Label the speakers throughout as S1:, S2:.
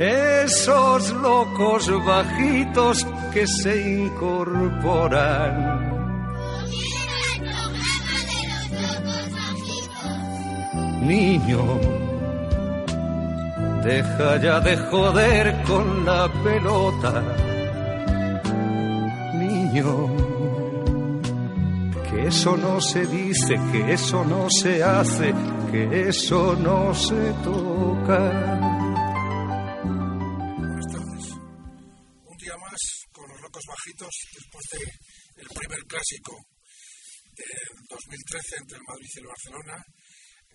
S1: esos locos bajitos que se incorporan. Niño, deja ya de joder con la pelota. Niño, que eso no se dice, que eso no se hace, que eso no se toca.
S2: Buenas tardes. Un día más con los locos bajitos después de el primer clásico del 2013 entre el Madrid y el Barcelona,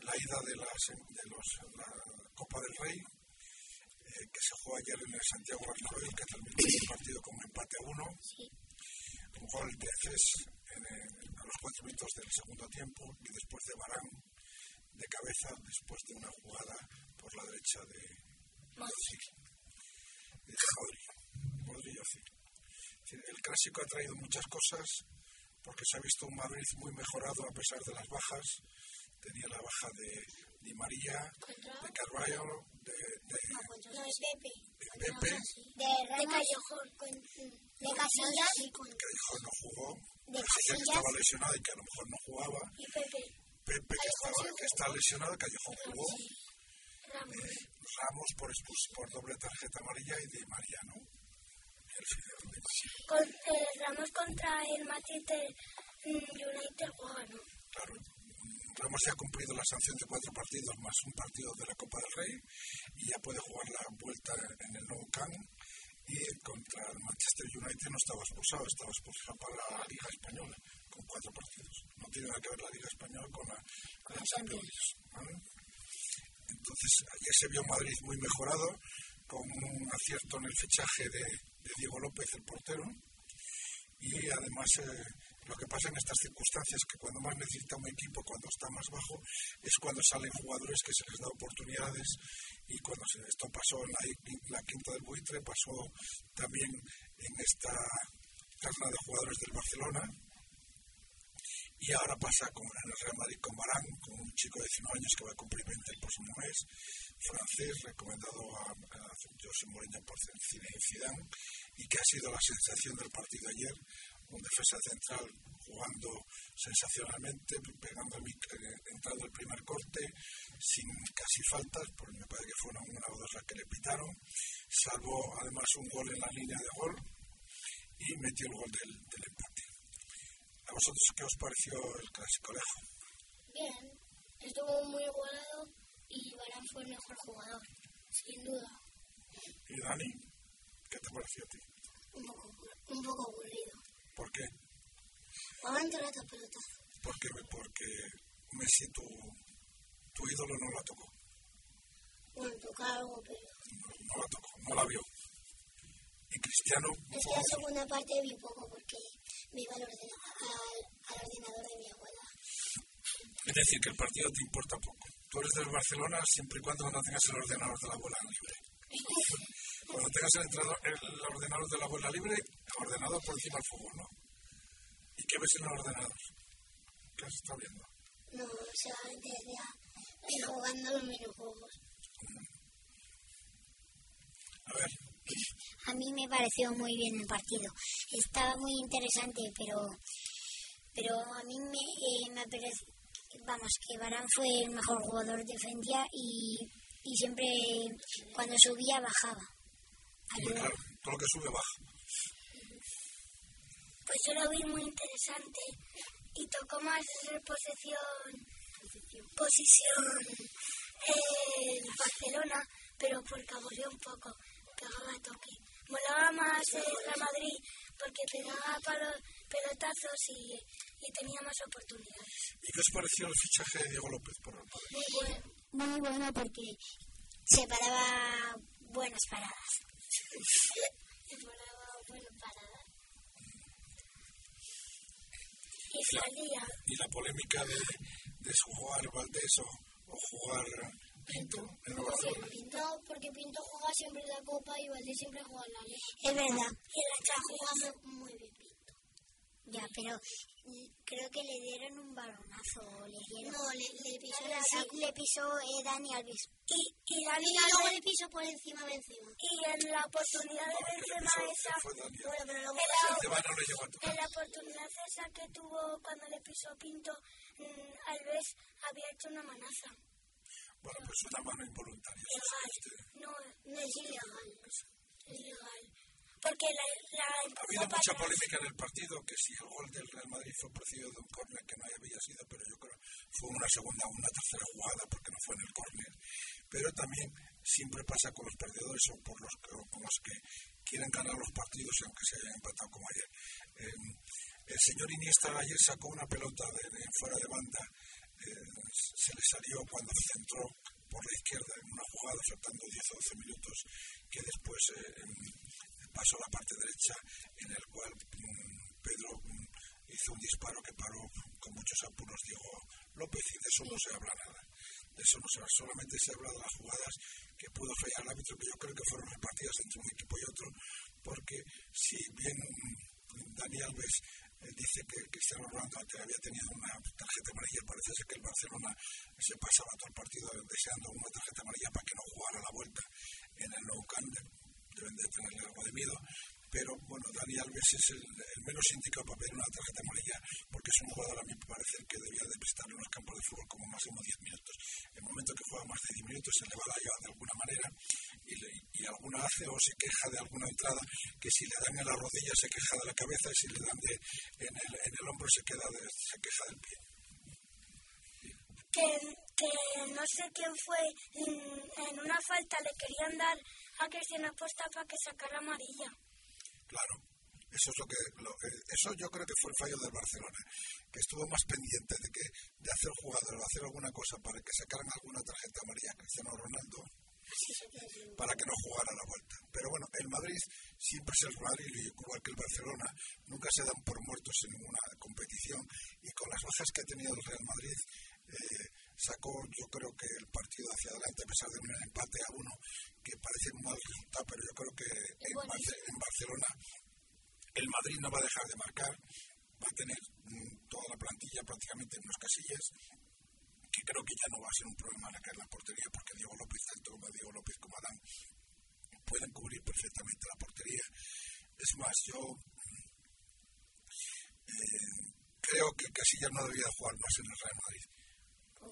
S2: la ida de, las, de los, la Copa del Rey, eh, que se jugó ayer en el Santiago Bernabéu, que terminó el partido con un empate a uno, un gol de Cés en, el- a los cuatro minutos del segundo tiempo y después de Barán de cabeza, después de una jugada por la derecha de Modric. De Rodri. Rodri, yo sí. Es decir, El clásico ha traído muchas cosas porque se ha visto un Madrid muy mejorado a pesar de las bajas. Tenía la baja de Di María, de Carvalho, de, de
S3: No es Pepe.
S2: Pepe,
S3: De Callejón. De Casillas.
S2: que dijo no jugó,
S3: De
S2: decía que
S3: Casillas
S2: estaba lesionado y que a lo mejor no jugaba.
S3: y Pepe.
S2: Pepe, que, estaba, que está lesionado, Callejón jugó.
S3: Ramos.
S2: Ramos por, expulsión, por doble tarjeta amarilla y Di María, ¿no? El final de
S3: Con, eh, Ramos contra el Madrid de mm, United juega, ¿no?
S2: Claro, Ramos ya ha cumplido la sanción de cuatro partidos más un partido de la Copa del Rey y ya puede jugar la vuelta en el Nou Camp. Y contra el Manchester United no estaba expulsado, estaba expulsado para la Liga Española con cuatro partidos. No tiene nada que ver la Liga Española con la, con la Champions. ¿vale? Entonces, pues, ayer se vio Madrid muy mejorado, con un acierto en el fichaje de, de Diego López, el portero y además eh, lo que pasa en estas circunstancias que cuando más necesita un equipo cuando está más bajo es cuando salen jugadores que se les da oportunidades y cuando se, esto pasó en la, la quinta del buitre pasó también en esta carna de jugadores del Barcelona y ahora pasa con en el Real Madrid con Barán, con un chico de 19 años que va a cumplir 20 el próximo mes, francés, recomendado a, a José Mourinho por Zinedine Zidane, y que ha sido la sensación del partido ayer, un defensa central jugando sensacionalmente, pegando el mic- eh, entrando el primer corte, sin casi faltas, porque me parece que fueron una o dos las que le pitaron, salvo además un gol en la línea de gol, y metió el gol del, del empate. ¿A vosotros qué os pareció el clásico Alejo?
S3: Bien. Estuvo muy igualado y Barán fue el mejor jugador. Sin duda.
S2: ¿Y Dani? ¿Qué te pareció a ti?
S3: Un poco, un poco aburrido.
S2: ¿Por qué?
S3: Jugaban todas las pelotas.
S2: Porque, porque Messi, tu, tu ídolo, no la tocó.
S3: Bueno, tocaba algo, pero...
S2: No, no la tocó, no la vio. Y Cristiano,
S3: Es que la segunda parte vi poco porque me iba al, ordena- al, al ordenador de mi abuela.
S2: es decir, que el partido te importa poco. Tú eres del Barcelona siempre y cuando no tengas el ordenador de la bola libre. Cuando tengas el, entrenador- el ordenador de la bola libre, ordenador por encima del fútbol, ¿no? ¿Y qué ves en el ordenador? ¿Qué has estado viendo?
S3: No, solamente decía, pero jugando a los minijuegos.
S2: A ver,
S3: A mí me pareció muy bien el partido. Estaba muy interesante, pero pero a mí me, eh, me parece, vamos, que Barán fue el mejor jugador, defendía y, y siempre cuando subía bajaba.
S2: muy
S3: Ayudaba.
S2: claro, todo lo que sube baja.
S3: Pues yo lo vi muy interesante y tocó más posición, posición eh, Barcelona, pero porque aburrió un poco, pegaba toque. Molaba más el Real Madrid porque pegaba palo- pelotazos y, y tenía más oportunidades.
S2: ¿Y qué os pareció el fichaje de Diego López por por-
S3: Muy bueno, muy bueno porque se paraba buenas paradas. se paraba buenas paradas. Y salía.
S2: y la polémica de, de si jugar Valdés o, o jugar Pinto en el Barcelona?
S3: Pinto, porque Pinto juega siempre la copa y Valdés siempre juega la ley. Es verdad. Y la está jugando muy bien Pinto. Ya, pero mm, creo que le dieron un balonazo. Le dieron...
S4: No, le, le pisó la
S3: Sí, le pisó eh, Dani Alves.
S4: Y, y la
S3: Y
S4: liga
S3: luego
S4: luego
S3: le
S4: le piso por encima, de encima.
S3: Y en la oportunidad de Benzema esa,
S4: Bueno, pero luego
S3: Era-
S2: Esteban no lo llegó a tocar.
S3: en la oportunidad esa que tuvo cuando le pisó Pinto, mm, Alves había hecho una manaza.
S2: Bueno, pues una mano involuntaria. eso sí, este,
S3: No, no es ilegal. Es ilegal. Porque la, la
S2: Ha
S3: empujó
S2: habido
S3: para
S2: mucha
S3: atrás.
S2: polémica en el partido, que si el gol del Real Madrid fue procedido de un córner que no había sido, pero yo creo fue una segunda o una tercera jugada porque no fue en el córner. Pero también siempre pasa con los perdedores o por los que, o con los que quieren ganar los partidos aunque se hayan empatado como ayer. Eh, el señor Iniesta ayer sacó una pelota de, de fuera de banda, eh, se le salió cuando centró por la izquierda en una jugada faltando 10 o 12 minutos que después eh, em, pasó a la parte derecha en el cual mm, Pedro mm, hizo un disparo que paró con muchos apuros Diego López y de eso no se habla nada. De eso no se habla, solamente se habla de las jugadas que pudo fallar el árbitro, que yo creo que fueron repartidas entre un equipo y otro, porque si bien mm, Dani Alves eh, dice que Cristiano Ronaldo antes había tenido una tarjeta amarilla, parece ser que el Barcelona se pasaba todo el partido deseando una tarjeta amarilla para que no jugara la vuelta en el Nou Camp deben de tenerle algo de miedo. Pero bueno, Dani Alves es el, el menos indicado para pedir una tarjeta amarilla, porque es un jugador, a mi parecer, que debía de prestarle unos campos de fútbol como máximo 10 minutos. El momento que juega más de 10 minutos se le va la llave de alguna manera y, le- y alguna hace o se queja de alguna entrada, que si le dan en la rodilla se queja de la cabeza y si le dan de, en, el, en el hombro se, queda de- se queja del pie.
S3: que, que no sé quién fue, mm, en una falta le querían dar a Cristiano Costa para que sacara amarilla.
S2: Claro. Eso es lo que, lo que- eso yo creo que fue el fallo del Barcelona, que estuvo más pendiente de que de hacer jugador o hacer alguna cosa para que sacaran alguna tarjeta amarilla a Cristiano Ronaldo para que no jugara la vuelta. Pero bueno, el Madrid siempre es el Madrid y igual que el Barcelona, nunca se dan por muertos en ninguna competición y con las bajas que ha tenido el Real Madrid eh, sacó yo creo que el partido hacia adelante a pesar de un empate a uno que parece un mal resultado, pero yo creo que en, Barce- en Barcelona el Madrid no va a dejar de marcar, va a tener mm, toda la plantilla prácticamente en los casillas que creo que ya no va a ser un problema la en la portería, porque Diego López, tanto como Diego López como Adán, pueden cubrir perfectamente la portería. Es más, yo mm, eh, creo que Casillas no debería jugar más en el Real Madrid.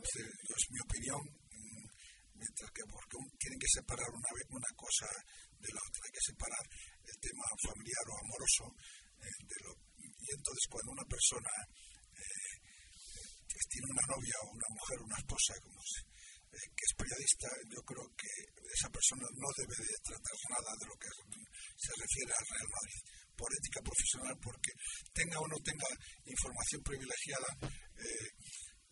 S2: Sí, yo es mi opinión, mm, mientras que porque un- tienen que separar una vez una cosa de la otra, hay que separar el tema familiar o amoroso eh, de lo, y entonces cuando una persona que tiene una novia o una mujer, una esposa, como se- eh, que es periodista, yo creo que esa persona no debe de tratar nada de lo que se refiere al Real Madrid por ética profesional, porque tenga o no tenga información privilegiada, eh,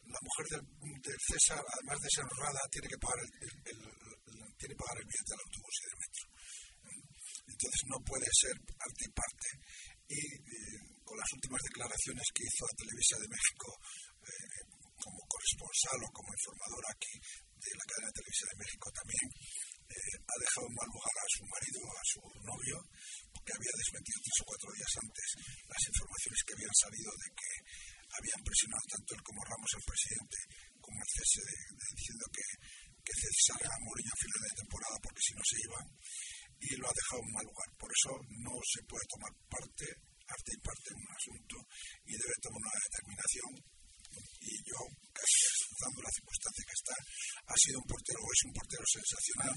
S2: la mujer del, del César, además de ser honrada, tiene que pagar el, el- el- el- tiene que pagar el billete del autobús y del metro. Entonces no puede ser parte y parte. Y eh, con las últimas declaraciones que hizo a Televisa de México eh, como corresponsal o como informadora aquí de la cadena de Televisa de México también, eh, ha dejado en mal lugar a su marido, a su novio, porque había desmentido tres o cuatro días antes las informaciones que habían salido de que habían presionado tanto él como Ramos al presidente como el cese de- de- diciendo que, que cesara a Mourinho a final de temporada porque si no se iban y lo ha dejado en mal lugar. Por eso no se puede tomar parte, arte y parte en un asunto y debe tomar una determinación. Y yo, casi dando la circunstancia que está, ha sido un portero o es un portero sensacional,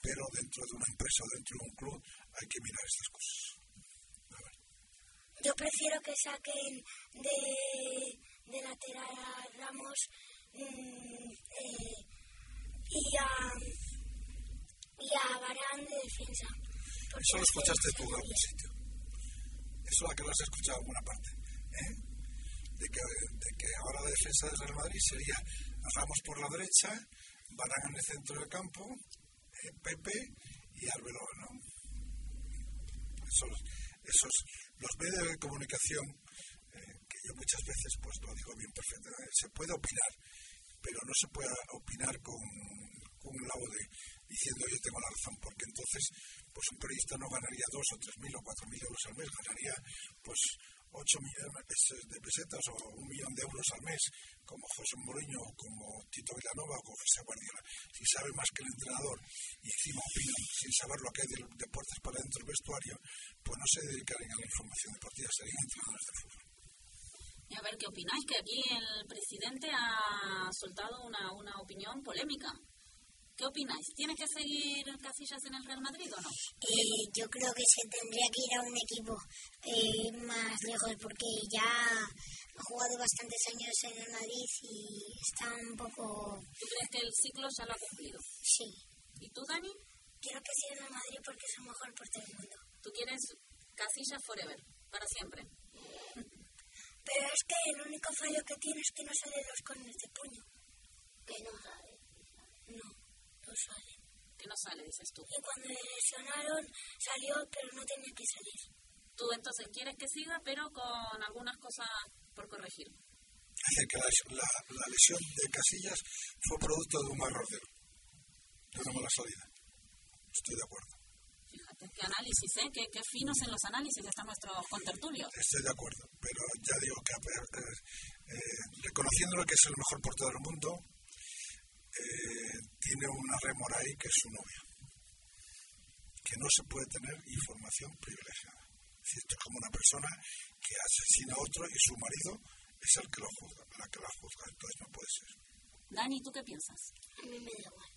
S2: pero dentro de una empresa o dentro de un club hay que mirar estas cosas. A ver,
S3: Yo prefiero que saquen de, de lateral a Ramos mm, eh, y a y a Varane de defensa. Porque
S2: Eso lo
S3: hace-
S2: escuchaste tú en algún sitio. Eso la que lo has escuchado en alguna parte. ¿eh? De, que, de que ahora la defensa del Real Madrid sería Ramos por la derecha, Barán en el centro del campo, eh, Pepe y Arbeló, ¿no? Esos, esos, los medios de comunicación, eh, que yo muchas veces pues lo digo bien perfectamente, se puede opinar, pero no se puede opinar con, con un lado de diciendo yo tengo la razón, porque entonces pues un periodista no ganaría dos o tres mil o cuatro mil euros al mes, ganaría pues 8 millones de pesetas o un millón de euros al mes, como José Mourinho, o como Tito Villanova o como José Guardiola, si sabe más que el entrenador y encima opinan sin saber lo que hay de los deportes para dentro del vestuario, pues no se dedicarían a la información deportiva, serían entrenadores de fútbol.
S5: Y a ver qué opináis, que aquí el presidente ha soltado una, una opinión polémica. ¿Qué opináis? ¿Tiene que seguir Casillas en el Real Madrid o no?
S3: Eh, yo creo que se tendría que ir a un equipo eh, más lejos porque ya ha jugado bastantes años en el Madrid y está un poco...
S5: ¿Tú crees que el ciclo ya lo ha cumplido?
S3: Sí.
S5: ¿Y tú, Dani?
S3: Quiero que siga en el Madrid porque es el mejor portero del mundo.
S5: ¿Tú quieres Casillas forever, para siempre?
S3: Pero es que el único fallo que tiene es que no salen los corners de puño. Que no sale. No, no sale.
S5: Que no sale, dices tú.
S3: Y cuando le lesionaron salió, pero no tenía que salir.
S5: Tú entonces quieres que siga, pero con algunas cosas por corregir.
S2: Dice que la, la- la lesión de Casillas fue producto de un mal rodeo, de una mala salida. Estoy de acuerdo.
S5: Fíjate, qué análisis, ¿eh? Qué, qué finos en los análisis están nuestros contertulios.
S2: Estoy de acuerdo, pero ya digo que a ver, eh, eh, reconociéndolo que es el mejor portero del mundo, eh, tiene una remora ahí que es su novia, que no se puede tener información privilegiada. Es decir, Esto es como una persona que asesina a otro y su marido es el que lo juzga, la que la juzga, entonces no puede ser.
S5: Dani, ¿tú qué piensas?
S3: A mí me da igual.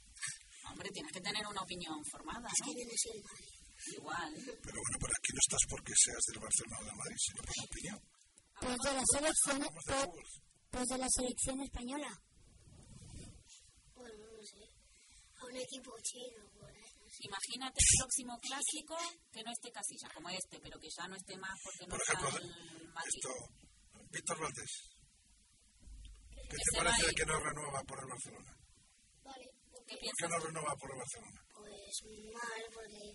S5: Hombre, tienes que tener una opinión formada,
S3: Es que
S5: ¿no?
S3: yo no soy el Madrid.
S5: Igual.
S2: Pero bueno, pero aquí no estás porque seas del Barcelona o del Madrid, sino por opinión.
S3: Pues de la selección,
S2: Hablamos de fútbol.
S3: pues de la selección española. Bueno, no sé. A un equipo chino, por ahí, no sé.
S5: Imagínate el próximo clásico que no esté Casillas, como este, pero que ya no esté más porque no
S2: Por
S5: está
S2: ejemplo,
S5: el Madrid.
S2: Esto, Víctor Valdés. ¿Qué
S5: Que
S2: te
S5: se
S2: parece
S5: va a ir.
S2: que no renueva por el Barcelona?
S3: Vale,
S5: ¿Qué
S2: ¿Por qué
S5: piensas?
S2: no renueva por el Barcelona?
S3: pues mal, porque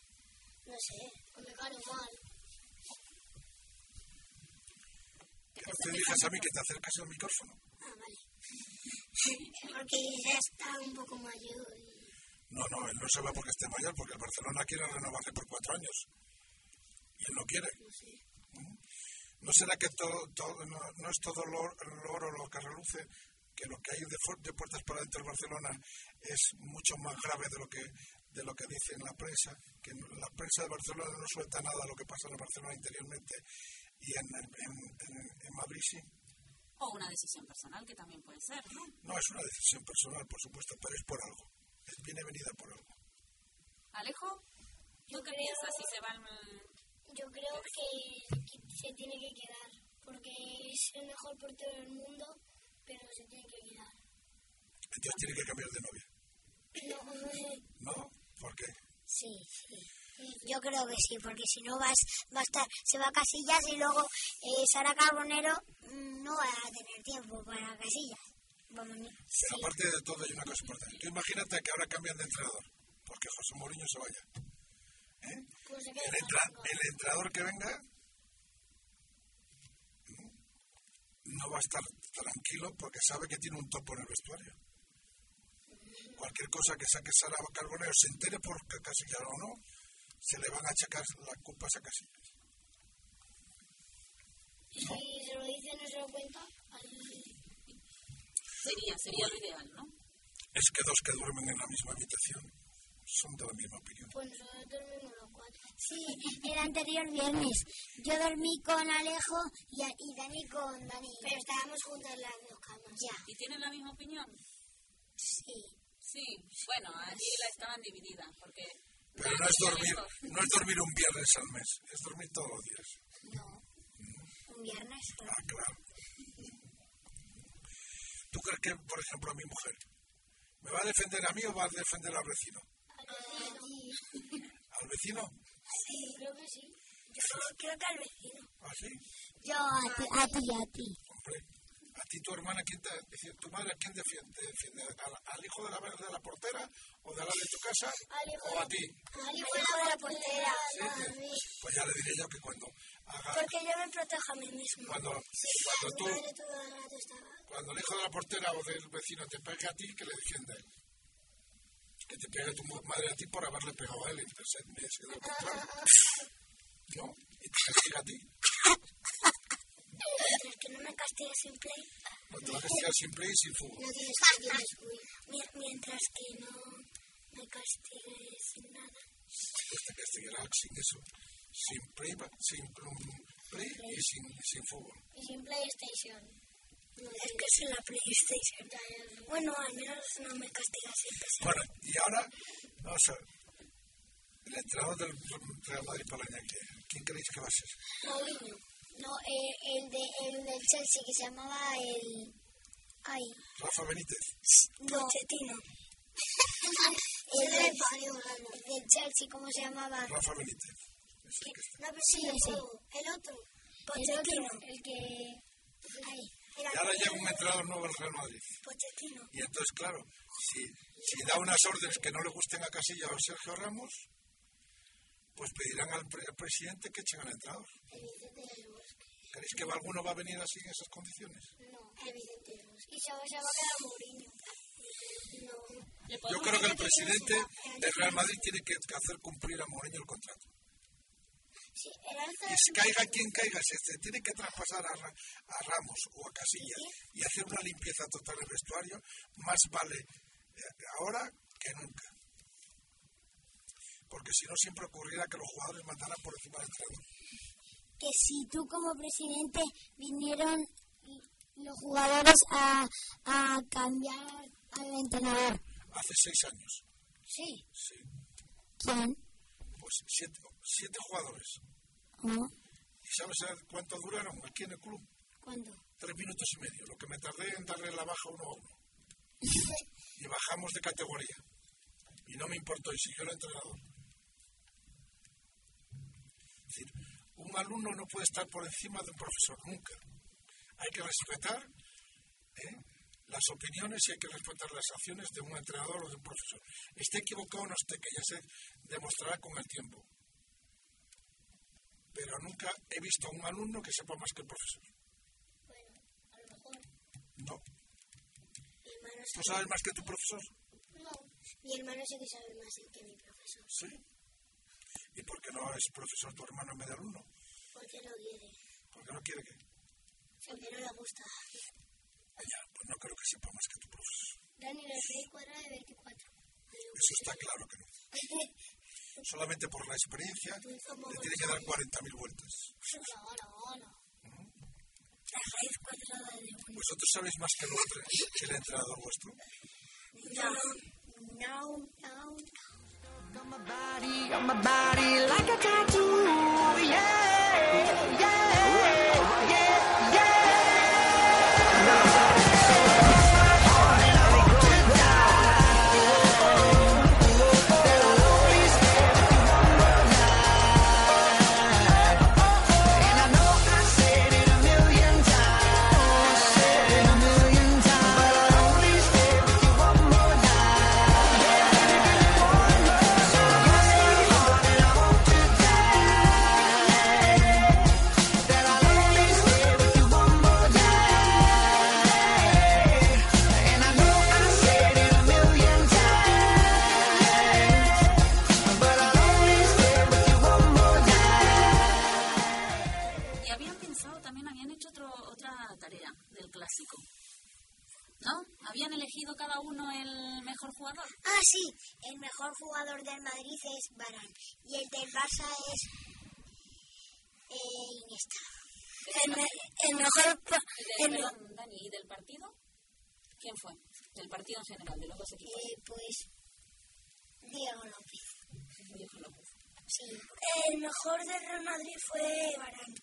S3: no sé, me cae mal.
S5: ¿Qué
S2: Que no
S5: piensas
S2: te
S5: que
S2: digas a
S5: tanto?
S2: mí que te acercas al micrófono.
S3: Ah, vale. porque ya está un poco mayor y
S2: No, no, él no se va porque esté mayor, porque el Barcelona quiere renovarle por cuatro años. Y él no quiere.
S3: no sé.
S2: ¿No será que todo, todo- no, no es todo lo, el oro lo que reluce? Que lo que hay de, fu- de puertas para dentro del Barcelona es mucho más grave de lo que de lo que dice en la prensa, que no- la prensa de Barcelona no suelta nada de lo que pasa en el Barcelona interiormente y en, en, en- en Madrid sí.
S5: O una decisión personal que también puede ser, ¿no?
S2: No es una decisión personal, por supuesto, pero es por algo. Es- Viene venida por algo.
S5: Alejo, ¿tú
S3: Yo
S5: qué
S3: creo-
S5: piensas si se va el...
S3: Yo creo que se tiene que quedar, porque es el mejor portero del mundo, pero se tiene que quedar.
S2: Entonces tiene que cambiar de novia,
S3: No, no sé.
S2: ¿no? Porque
S3: Sí, sí. Yo creo que sí, porque si no vas, va a estar, se va a Casillas y luego eh, Sara Carbonero mm, no va a tener tiempo para Casillas. Vamos, ni-
S2: Pero aparte de todo hay una cosa importante. Tú imagínate que ahora cambian de entrenador, porque José Mourinho se vaya. ¿Eh?
S3: Pues se queda
S2: El, entra- el entrenador que venga ¿no? no va a estar tranquilo porque sabe que tiene un topo en el vestuario. Cualquier cosa que saque Sara Carbonero se entere por Casillas o no, se le van a achacar las culpas a Casillas.
S3: Y si se lo dice, no se lo cuenta.
S5: Sería, sería lo ideal, ¿no?
S2: Es que dos que duermen en la misma habitación son de la misma opinión.
S3: Pues nosotros dormimos los cuatro. Sí, el anterior viernes. Yo dormí con Alejo y, a- y Dani con Dani. Pero estábamos juntos en las dos camas. Ya,
S5: ¿Y tienen la misma opinión?
S3: sí.
S5: Sí, bueno, allí la estaban divididas, porque...
S2: Pero no es dormir, no es dormir un viernes al mes, es dormir todos los días.
S3: No. Un viernes.
S2: Ah, claro. ¿Tú crees que, por ejemplo, a mi mujer me va a defender a mí o va a defender al vecino?
S3: Ah,
S2: ¿Al vecino?
S3: Sí, creo que sí. Yo creo que al vecino.
S2: ¿Así?
S3: Yo a ti, a ti, a ti.
S2: Hombre. ¿A ti tu hermana, quién te, dice, tu madre, quién defiende? defiende ¿Al, al hijo de la, de la portera o de la de tu casa? ¿O a ti?
S3: hijo de la portera. a mí.
S2: Pues ya le diré yo que cuando haga,
S3: Porque yo me protejo a mí mismo.
S2: cuando, cuando
S3: Mi
S2: tú,
S3: madre todo el rato estaba.
S2: Cuando el hijo de la portera o del vecino te pegue a ti, que le defienda a él. Que te pegue tu mu- madre a ti por haberle pegado a él. Entonces, me ha sido lo contrario. ¿No? Y te castiga a ti.
S6: que no me castigue sin play.
S2: No te va a castigar sin play y sin fútbol.
S3: No tienes que
S6: Mi- Mientras que no me castigue sin nada.
S2: Pues te castigará sin eso. Sin play, va- sin plum- play y sin, sin fútbol.
S3: Y sin PlayStation. No,
S6: Es que es en la PlayStation. Bueno, al menos no me castiga sin PC.
S2: Bueno, y ahora, vamos a ver. El entrenador del Real Madrid para el año que viene. ¿Quién creéis que va a ser?
S3: Mourinho. No, eh, el, de, el del Chelsea que se llamaba el. Ay.
S2: Rafa Benítez.
S6: Pochettino.
S3: el del, el del Chelsea, ¿cómo se llamaba?
S2: Rafa Benítez. Es el que está.
S3: No, pero sí, ese. El otro. El otro. El que. Ay. Era
S2: Y ahora llega un entrenador nuevo al Real Madrid.
S6: Pochettino.
S2: Y entonces, claro, si, si da unas órdenes que no le gusten a Casilla o a Sergio Ramos, pues pedirán al, pre- al presidente que echen al entrenador.
S3: el Vicente del Bosque.
S2: ¿Creéis que alguno va a venir así en esas condiciones?
S3: No, el Vicente del Bosque. Y se va se va a quedar Mourinho. No.
S5: Le
S2: Yo
S5: podemos
S2: creo que el presidente del Real Madrid tiene que hacer cumplir a Mourinho el contrato.
S3: Sí, el alza.
S2: Y si caiga quien caiga, si se tiene que traspasar a, Ra- a Ramos o a Casillas y hacer una limpieza total del vestuario, más vale eh, ahora que nunca. Porque si no, siempre ocurrirá que los jugadores mandaran por encima del entrenador.
S3: que si tú como presidente vinieron los jugadores a, a cambiar al entrenador.
S2: Hace seis años,
S3: Sí.
S2: sí.
S3: ¿Quién?
S2: Pues siete, siete jugadores.
S3: ¿No?
S2: ¿Y sabes cuánto duraron aquí en el club?
S3: ¿Cuándo?
S2: tres minutos y medio, lo que me tardé en darle la baja uno a uno. Y bajamos de categoría. Y no me importó, y siguió el entrenador. Es decir, un alumno no puede estar por encima de un profesor nunca. Hay que respetar ¿eh? las opiniones y hay que respetar las acciones de un entrenador o de un profesor. Esté equivocado o no esté, que ya se demostrará con el tiempo. Pero nunca he visto a un alumno que sepa más que el profesor.
S3: Bueno, a lo mejor.
S2: No.
S3: Mi hermano
S2: ¿Tú
S3: sabe.
S2: sabes más que tu profesor?
S3: No. Mi hermano sí que sabe más que mi profesor.
S2: Sí. ¿Y por qué no es profesor tu hermano en vez de alumno?
S3: Porque no quiere.
S2: Porque no quiere que.
S3: Porque no le gusta.
S2: Allá, pues no creo que sepa más que tu profesor.
S3: Dani, la raíz cuadrada de 24.
S2: Eso está claro que no. Solamente por la experiencia le tiene que dar 40.000 vueltas.
S3: Ahora, ahora.
S6: La raíz cuadrada de uno.
S2: Vosotros sabéis más que el, entre- que el entrenador vuestro.
S6: No, no.
S3: No.
S7: On my body, on my body, like a tattoo. Yeah, yeah, yeah, yeah. And I know I said it a million times, said it a million times, but I only stay with you one more night.
S5: Y habían pensado, también habían hecho otro, otra tarea del clásico. ¿No? Habían elegido cada uno el mejor jugador.
S3: Ah, sí, el mejor jugador del Madrid es Barán y el del Barça es eh, Iniesta.
S6: El, me- el mejor. pa-
S5: Del,
S6: el me-
S5: perdón, Dani, ¿y del partido? ¿Quién fue? Del partido en general, de los dos equipos.
S3: Eh, pues Diego López.
S5: Diego López.
S3: Sí,
S6: El mejor del Real Madrid fue Barán.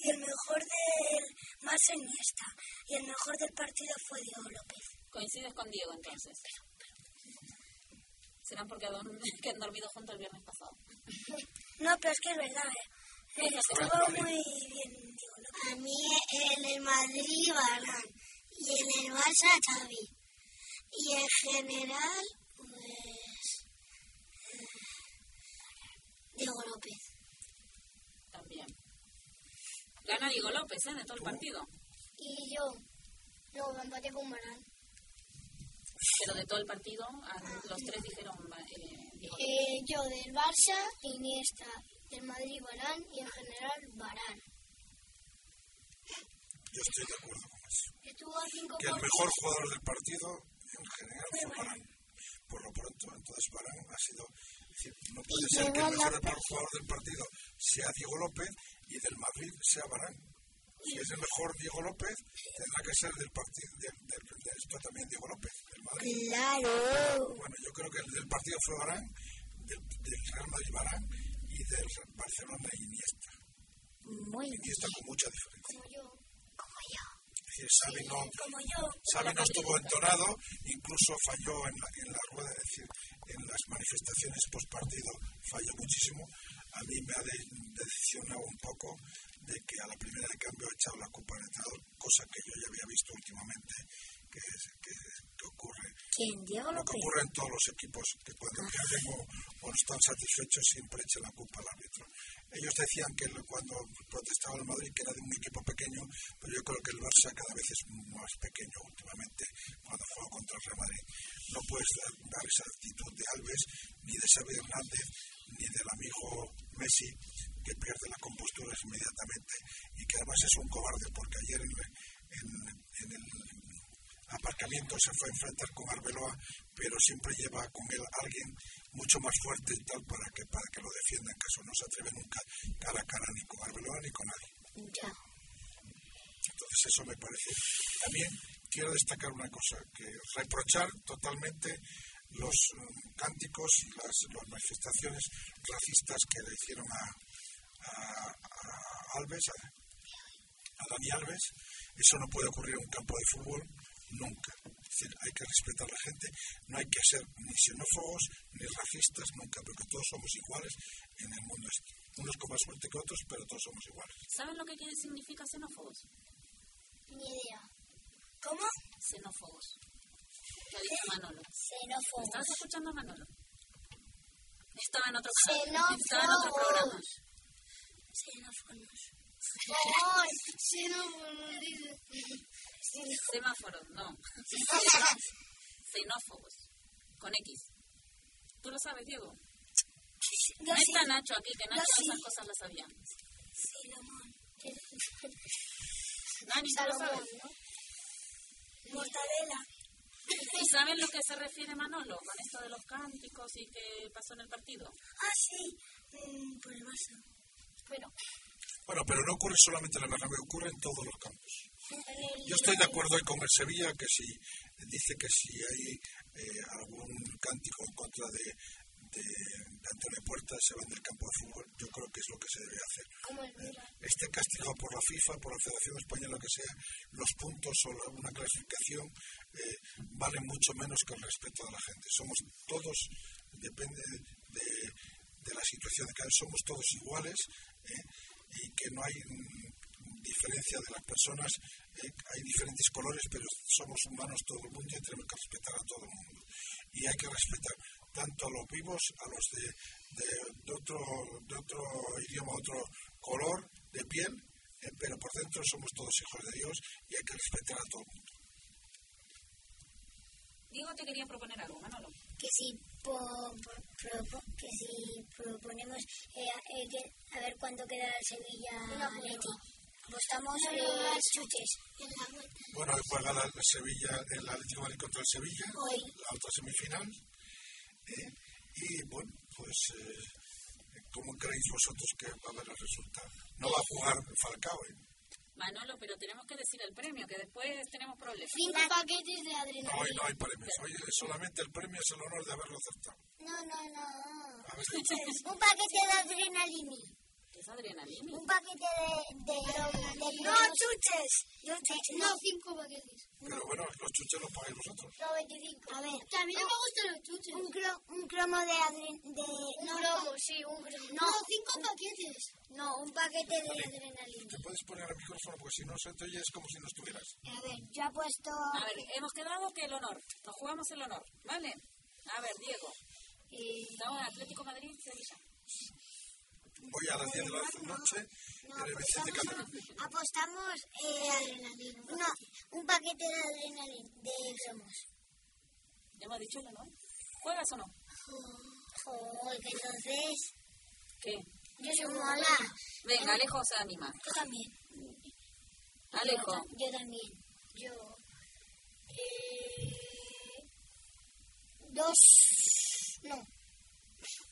S6: Y el mejor del Barça Iniesta. Y el mejor del partido fue Diego López.
S5: ¿Coincides con Diego entonces? ¿Serán porque don- que han dormido juntos el viernes pasado?
S6: No, pero es que es verdad. eh. Eh, Estuvo muy bien Diego López.
S3: a mí el del Madrid Barán y el del Barça Xavi. Y en general, pues eh, Diego López.
S5: También. Gana Diego López, ¿eh? De todo el partido.
S3: Y yo, luego me empaté con Barán.
S5: Pero de todo el partido, a- los tres dijeron va, eh, Diego López.
S3: Eh, yo del Barça, Iniesta, del Madrid Barán y en general Barán.
S2: Yo estoy de acuerdo con eso.
S3: que tuvo cinco
S2: Que el
S3: por-
S2: mejor jugador del partido, en general, fue Barán. Por lo pronto, entonces Barán ha sido. es decir, no puede ser que el mejor jugador del partido sea Diego López y del Madrid sea Barán. Si es el mejor Diego López, tendrá que ser del partido. Del, del, del- esto también Diego López, del Madrid.
S4: Claro.
S2: Bueno, yo creo que el del partido fue Barán, del, del Real Madrid Barán y del Barcelona Iniesta.
S4: Muy bien.
S2: Iniesta con mucha diferencia.
S3: como yo, como yo,
S2: Es decir, Xavi no,
S3: como yo.
S2: Xavi no estuvo entonado, incluso falló en la, en la rueda, es decir, en las manifestaciones postpartido falló muchísimo. A mí me ha de- decepcionado un poco de que a la primera de cambio ha echado la culpa al entrenador, cosa que yo ya había visto últimamente que, es- que- que ocurre
S4: ¿Quién? Diego
S2: lo que
S4: López.
S2: ocurre en todos los equipos que cuando pierden o, o no están satisfechos siempre echan la culpa al árbitro. Ellos decían que lo- cuando protestaba el Madrid que era de un equipo pequeño, pero yo creo que el Barça cada vez es más pequeño últimamente cuando juega contra el Real Madrid. No puedes dar, dar esa actitud de Alves, ni de Xavi Hernández, ni del amigo Messi, que pierde la compostura inmediatamente y que además es un cobarde porque ayer en, en- en el aparcamiento se fue a enfrentar con Arbeloa, pero siempre lleva con él a alguien mucho más fuerte y tal para que, para que lo defienda en caso no se atreve nunca cara a cara ni con Arbeloa ni con nadie.
S4: Ya.
S2: Entonces eso me parece. También quiero destacar una cosa, que reprochar totalmente los eh, cánticos y las, las manifestaciones racistas que le hicieron a, a- a Alves, a, a Dani Alves. Eso no puede ocurrir en un campo de fútbol nunca. Es decir, hay que respetar a la gente, no hay que ser ni xenófobos ni racistas nunca, porque todos somos iguales en el mundo. este. Unos con más suerte que otros, pero todos somos iguales.
S5: ¿Saben lo que quiere- significa xenófobos?
S3: Ni idea. ¿Cómo?
S5: Xenófobos. Lo dice Manolo.
S3: Xenófobo.
S5: ¿Estabas escuchando a Manolo? Estaba en otro,
S3: Xenófobos.
S5: estaba en otro programa.
S3: Xenófonos. ¡Ay! Xenófonos, dice.
S5: Semáforos, no. Xenófobos. Con X. ¿Tú lo sabes, Diego?
S3: Yo
S5: No
S3: sí,
S5: está Nacho aquí, que Nacho
S3: Yo sí.
S5: esas cosas las sabía.
S3: Salomón.
S5: Nani, ¿tú lo
S3: Salomón,
S5: sabes?
S3: ¿no? Mortadela.
S5: ¿Y saben lo que se refiere Manolo con esto de los cánticos y qué pasó en el partido?
S3: Ah, sí. Mm, por el vaso. Bueno.
S2: Bueno, pero no ocurre solamente en la Bernabéu, ocurre en todos los campos. Yo estoy de acuerdo hoy con el Sevilla, que si dice que si hay eh, algún cántico en contra de, de, de Antonio Puerta, se van del campo de fútbol. Yo creo que es lo que se debe hacer.
S3: Como el Mira.
S2: Esté castigado por la FIFA, por la Federación Española, que sea, los puntos o la- una clasificación eh, valen mucho menos que el respeto de la gente. Somos todos, depende de, de la situación de cada somos todos iguales eh, y que no hay mm, diferencia de las personas. eh, hay diferentes colores, pero somos humanos todo el mundo y tenemos que respetar a todo el mundo. Y hay que respetar tanto a los vivos, a los de, de- de otro, de otro idioma, otro color de piel, eh, pero por dentro somos todos hijos de Dios y hay que respetar a todo el mundo.
S5: Diego te quería proponer algo, Manolo.
S4: que si po- po- propo- que si proponemos eh, a- eh, que- a ver cuándo queda el Sevilla Leti. Apostamos los chuches.
S3: En la vuelta.
S2: Bueno, hoy juega la, la Sevilla, el Atlético de Madrid contra el Sevilla,
S4: Hoy.
S2: la otra semifinal. ¿eh? Y bueno, pues, eh, ¿cómo creéis vosotros que va a haber el resultado? No va a jugar Falcao, ¿eh?
S5: Manolo, pero tenemos que decir el premio, que después tenemos problemas.
S3: Cinco paquetes de
S2: No, hoy no
S3: adrenalina.
S2: hay premios. Hoy solamente el premio es el honor de haberlo acertado.
S4: No, no, no.
S2: A ver,
S4: Un paquete de adrenalina.
S5: Es adrenalina.
S4: Un paquete de... de, de-
S3: No chuches. No chuches. No, cinco paquetes.
S2: pero bueno, los chuches los pagáis vosotros.
S4: No, 25. A ver.
S3: También me gustan los chuches.
S4: Un, cro- un cromo de... adren- de
S3: No, no, sí, un gran- No, cinco paquetes.
S4: no, un paquete de adrenalina.
S2: Te puedes poner el micrófono porque si no se te oye es como si no estuvieras.
S4: A ver, yo apuesto...
S5: A ver, hemos quedado que el honor. Nos jugamos el honor, ¿vale? A ver, Diego. Estamos en Atlético Madrid, Sevilla.
S2: Hoy a las 10 de la noche en el Vicente Calderón.
S4: pues Apostamos eh, adrenalina. No, un paquete de adrenalina de gramos.
S5: Ya hemos dicho el honor. ¿Juegas o no?
S3: Oh.
S4: Joder, Oh, que entonces
S5: ¿Qué?
S4: yo soy mola.
S5: Venga, Alejo se anima.
S4: Yo también.
S5: Alejo.
S3: Yo, yo también. Yo. eh, dos. No.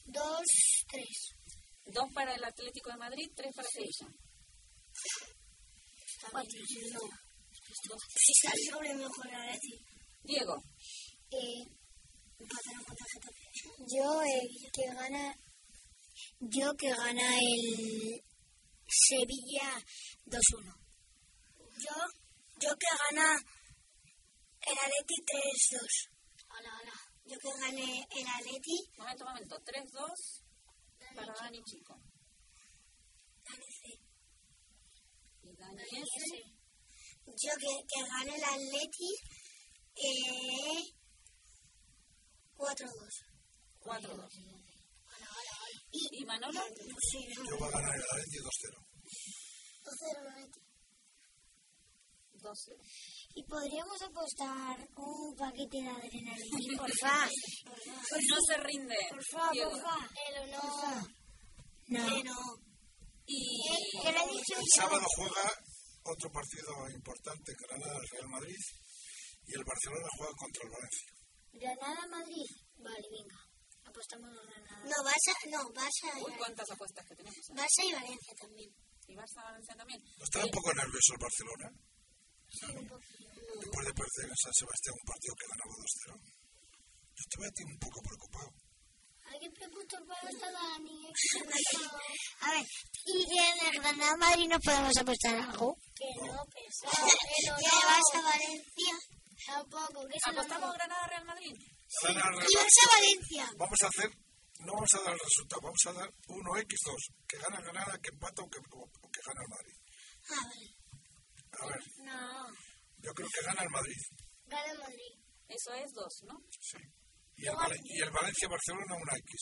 S3: Dos, tres.
S5: Dos para el Atlético de Madrid, tres para Sevilla.
S3: Cuatro. No.
S5: Dos.
S3: Está sobre mejor ahora sí.
S5: Diego,
S3: Eh, yo eh, que gana. Yo que gana el Sevilla 2-1. Yo, yo que gana el Atleti 3-2. Hola, hola. Yo que gane el Atleti
S5: momento, momento. Tres, dos para Dani Chico. Y Dani S.
S3: Yo que, que gane el Atleti eh, 4-2.
S5: Cuatro, dos. ¿Y Manolo?
S2: Yo voy a ganar el Atleti 2-0.
S3: 2-0 Atleti.
S5: Dos, cero.
S3: ¿Y podríamos apostar un paquete de adrenalina? Porfa.
S5: Pues No se rinde.
S3: Porfa,
S5: Diego.
S3: porfa. Pero no. No.
S5: Y
S3: Yo le he dicho
S2: El sábado juega otro partido importante, Granada del Real Madrid, y el Barcelona juega contra el Valencia.
S3: Granada, Madrid. Vale, venga. Apostamos a Granada. No, Barça, no, Barça
S5: uy, cuántas apuestas que tenemos. ¿eh?
S3: Barça y Valencia también.
S5: Y Barça Valencia también.
S2: ¿No está un poco nervioso el Barcelona? Después de perder en San Sebastián un partido que ganaba 2-0. Yo te veo a ti un poco preocupado.
S3: Alguien preguntó para esta Dani. A ver, ¿y que de Granada Madrid no podemos apostar algo? Que no, pesado. Que Barça Valencia. Tampoco, que
S5: ¿Apostamos Granada Real Madrid?
S2: Gana el Real-
S3: Y Barça Valencia.
S2: Vamos a hacer, no vamos a dar el resultado, vamos a dar 1x2, que gana Granada, que empata o que, o- o que gana el Madrid.
S3: Ah, vale.
S2: A ver,
S3: No.
S2: yo creo que gana el Madrid.
S3: Gana Madrid.
S5: Eso es dos, ¿no?
S2: Sí. Y el, Vale- y el Valencia-Barcelona una X.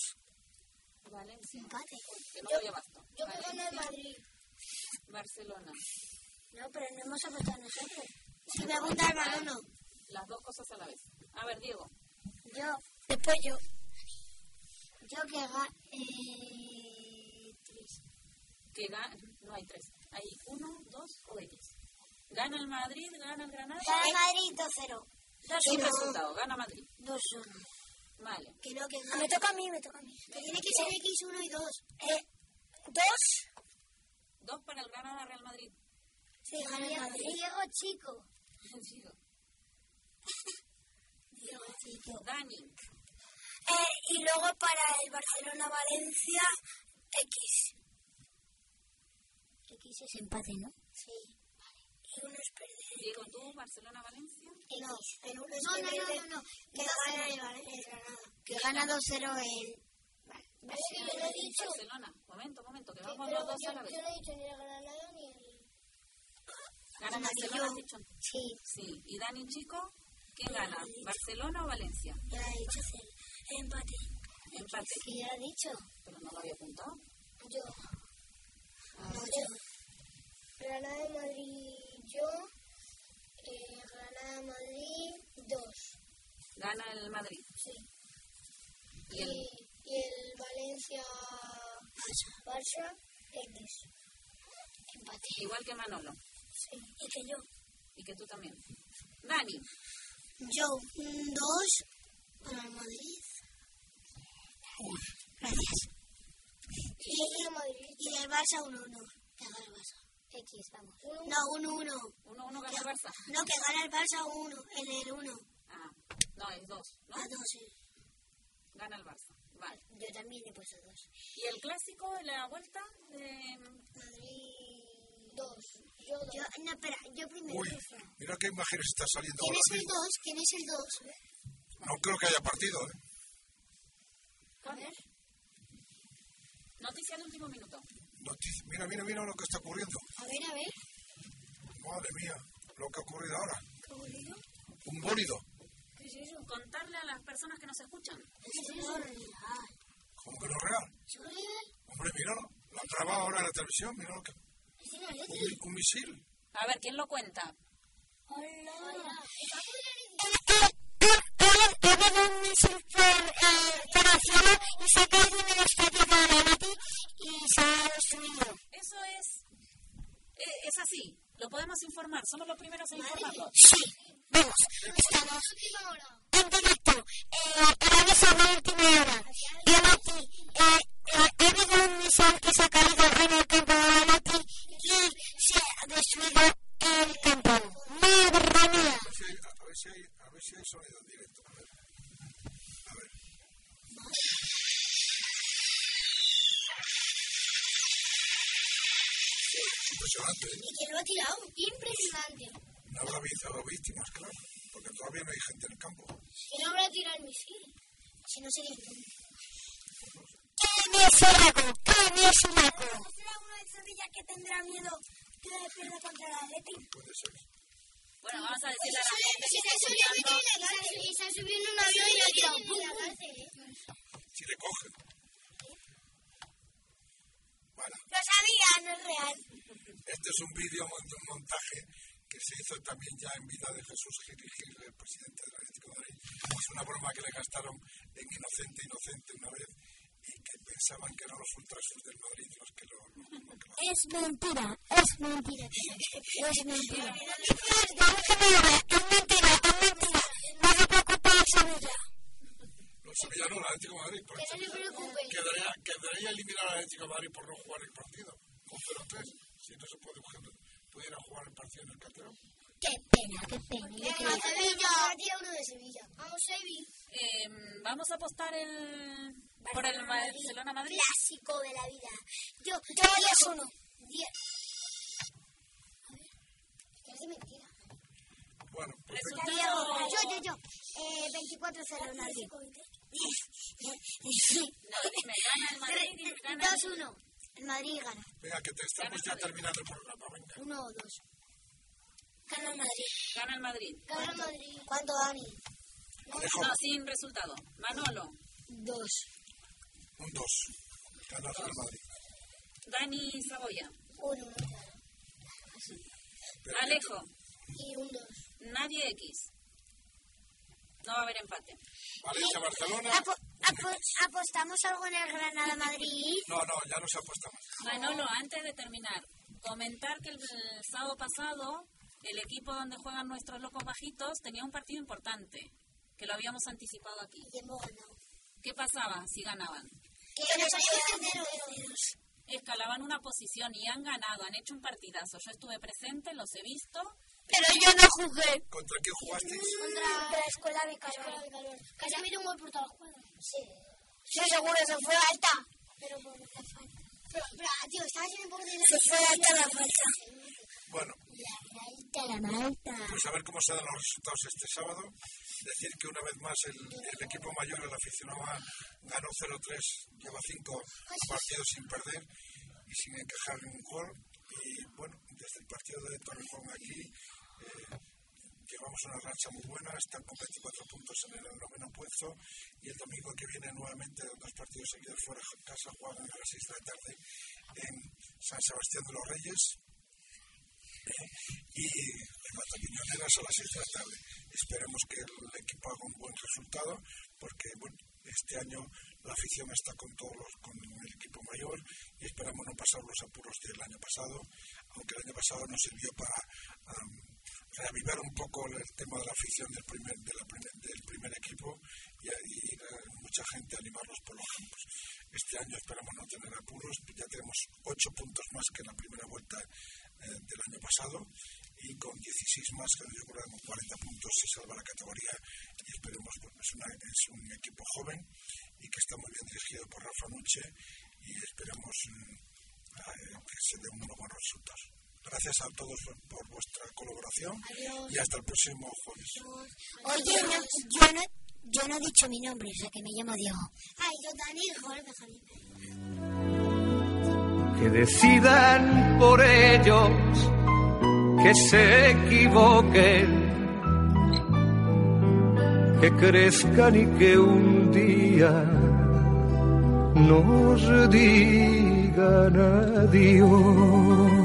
S5: Valencia.
S3: Empate.
S5: Que no doy abasto.
S3: Yo creo que
S5: Valencia,
S3: gana el Madrid.
S5: Barcelona.
S3: No, pero no hemos apostado nosotros. Si me apunta el balón,
S5: Las dos cosas a la vez. A ver, Diego.
S3: Yo. Después yo. Yo que haga. Eh, tres.
S5: que gana, no hay tres, hay uno, dos o X. Gana el Madrid, gana el Granada.
S3: Gana Madrid 2-0.
S5: Un
S3: 2-1.
S5: resultado, gana Madrid.
S3: 2-1.
S5: Vale.
S3: Que no, que Me toca a mí, me toca a mí. Que tiene que ser X1 y 2. Eh, 2.
S5: Dos para el Granada Real Madrid.
S3: Sí, gana el Madrid. Diego Chico.
S5: Digo,
S3: Diego Chico.
S5: Dani,
S3: Eh, y luego para el Barcelona-Valencia, X. X es empate, ¿no? Sí. Y uno es perder.
S5: Diego, tú, Barcelona, Valencia.
S3: No, el uno es no, no, no, no, Que gana el, Val- el Granada. Que gana 2-0 el... Yo lo he dicho.
S5: Barcelona, momento, momento, que vamos los dos a la vez.
S3: he dicho ni el Granada ni el...
S5: Gana
S3: Gana
S5: Barcelona,
S3: yo.
S5: has dicho.
S3: Sí,
S5: Sí, y Dani, chico, ¿quién gana? ¿Barcelona o Valencia?
S3: ya he dicho el empate.
S5: Empate.
S3: Que ya he dicho.
S5: Pero no lo había apuntado.
S3: Yo. No, yo. Granada Madrid, yo. Eh, Granada Madrid, dos.
S5: Gana el Madrid.
S3: Sí.
S5: Y el,
S3: y el Valencia Barça, X. Empate.
S5: igual que Manolo.
S3: Sí. Y que yo.
S5: Y que tú también. Dani,
S3: Yo, un dos para el Madrid. Gracias. Y, y el Barça, un uno. Que gana el Barça. X, vamos. No, un uno.
S5: uno, uno gana el Barça.
S3: No, que gana el Barça uno, el, el uno.
S5: Ah, no, es dos, ¿no?
S3: A dos, eh.
S5: Gana el Barça. Vale.
S3: Ah, Yo también he puesto dos.
S5: ¿Y el clásico, la vuelta? Eh,
S3: Madrid, dos. Yo, no, espera, yo primero.
S2: Uy, mira qué imágenes está saliendo
S3: ¿Quién
S2: ahora
S3: es el
S2: mismo.
S3: dos? ¿Quién es el dos?
S2: No creo que haya partido, ¿eh?
S3: A ver.
S5: noticia de último minuto.
S2: Noticia- Mira, mira, mira lo que está ocurriendo.
S3: A ver, a ver.
S2: Madre mía, lo que ha ocurrido ahora.
S3: ¿Qué ha ocurrido?
S2: Un bólido.
S5: Contarle a las personas que nos escuchan.
S3: Es eso?
S2: Como que no es real. Hombre, míralo. La traba ahora en la televisión, mira lo que... Un, mi- un misil.
S5: A ver, ¿quién lo cuenta? Eso es... eh, es así. Lo Lo podemos informar, somos los primeros en informarlo.
S3: Sí, vamos, estamos en directo. Eh, el aviso de última hora. Y Mati, eh, eh, ha habido un misil que se ha caído en el campo de Mati y se ha destruido el campo. Madre mía.
S2: A ver si hay, a ver si hay, a ver si hay sonido en directo. A ver. A ver. Impresionante.
S3: ¿Y quién lo ha tirado? Impresionante.
S2: No habrá, vi- habrá víctimas, claro. Porque todavía no hay gente en el campo.
S3: ¿Quién habrá tirado el misil? Si no sería tú. ¡Qué misilaco! ¡Qué misilaco!
S8: será uno de Sevilla que tendrá miedo que pierda contra el Atleti.
S2: Puede ser.
S5: Bueno, vamos a decirle a la gente que está escuchando.
S3: Está subiendo un avión y ha tirado.
S2: Si le cogen. Bueno,
S8: Lo sabía, no es real.
S2: este es un vídeo mon- un montaje que se hizo también ya en vida de Jesús Gil, Gil, el presidente del Atlético de Madrid. Es una broma que le gastaron en Inocente, Inocente una vez y que pensaban que eran los ultrasos del Madrid los que lo... lo- lo- que lo-
S3: Es mentira, es mentira, es mentira. Mierda, Gemera, es mentira, es mentira. No se preocupe, Sevilla.
S2: Los sevillanos del Atlético de Madrid. Por
S3: no se preocupe.
S2: quedaría, quedaría eliminado al Atlético de Madrid por no jugar el partido. Con 0-3, si no se puede, pudiera jugar el partido en el Caterón.
S3: Qué pena, qué pena. Sevilla, tira uno de Sevilla. Vamos, Sevilla.
S5: Eh, vamos a apostar el, por el Barcelona-Madrid.
S3: Clásico de la vida. Yo, yo diez uno. Diez. A ver, es mentira. Ah,
S2: Bueno, pues
S5: Resultado,
S3: Yo, yo, yo. Eh, 24-0 Madrid.
S5: no, dime, gana el Madrid, dime, gana el-
S3: 2-1. El Madrid gana.
S2: venga, que te estamos ya terminando el programa. Venga,
S3: 1 o 2. Gana el Madrid.
S5: gana el Madrid.
S3: Gana el Madrid. ¿Cuánto Dani?
S2: Alejo,
S5: No, sin resultado. Manolo,
S3: 2.
S2: un 2. Gana el Real Madrid.
S5: Dani Saboya,
S3: 1
S5: Alejo,
S3: y un 2.
S5: Nadie X. No va a haber empate.
S2: Valencia, Barcelona.
S3: ¿Apostamos algo en el Granada Madrid?
S2: No, no, ya no se apuesta más.
S5: Manolo, antes de terminar, comentar que el, el sábado pasado el equipo donde juegan nuestros locos bajitos tenía un partido importante, que lo habíamos anticipado aquí.
S3: Y hemos ganado.
S5: ¿Qué pasaba si ganaban?
S3: Que nos ayudan 0
S5: Escalaban una posición y han ganado, han hecho un partidazo. Yo estuve presente, los he visto.
S3: Pero yo no jugué.
S2: ¿Contra quién jugasteis?
S3: Contra Mm, la escuela de calor. Casi metió un gol por toda la jugada. Sí. Yo seguro se fue alta. Pero por la falta. Pero, pero, tío, estaba haciendo un poco de... Se fue alta la falta.
S2: Bueno,
S3: La alta, la alta.
S2: pues a ver cómo se dan los resultados este sábado. Decir que una vez más el, el equipo mayor, el aficionado A, ganó 0-3, lleva 5 partidos sin perder y sin encajar ningún gol. Y bueno, desde el partido de Torrejón aquí eh, llevamos una racha muy buena, están con 24 puntos en el noveno puesto y el domingo que viene nuevamente dos partidos seguidos fuera de casa juegan a las 6 de la tarde en San Sebastián de los Reyes y en Mata Quiñoneras a las 6 de la tarde. Esperemos que el equipo haga un buen resultado porque bueno, este año la afición está con todos los- con el equipo mayor y esperamos no pasar los apuros del año pasado, aunque el año pasado nos sirvió para am, reavivar un poco el tema de la afición del primer, de la primer- del primer equipo y, y, eh, mucha gente animarlos por los campos. Este año esperamos no tener apuros, ya tenemos 8 puntos más que en la primera vuelta eh, del año pasado y con 16 más que yo creo que con 40 puntos se salva la categoría y esperemos porque es, una- es un equipo joven y que está muy bien dirigido por Rafa Nuche y esperamos mm, a, eh, que se den unos buenos resultados. Gracias a todos por, por vuestra colaboración y hasta el próximo jueves.
S3: Oye, no, yo, no, yo no he dicho mi nombre, o sea que me llamo Diego. Ay, yo Daniel Jorge Felipe.
S1: que decidan por ellos, que se equivoquen, que crezcan y que un día nos digan adiós.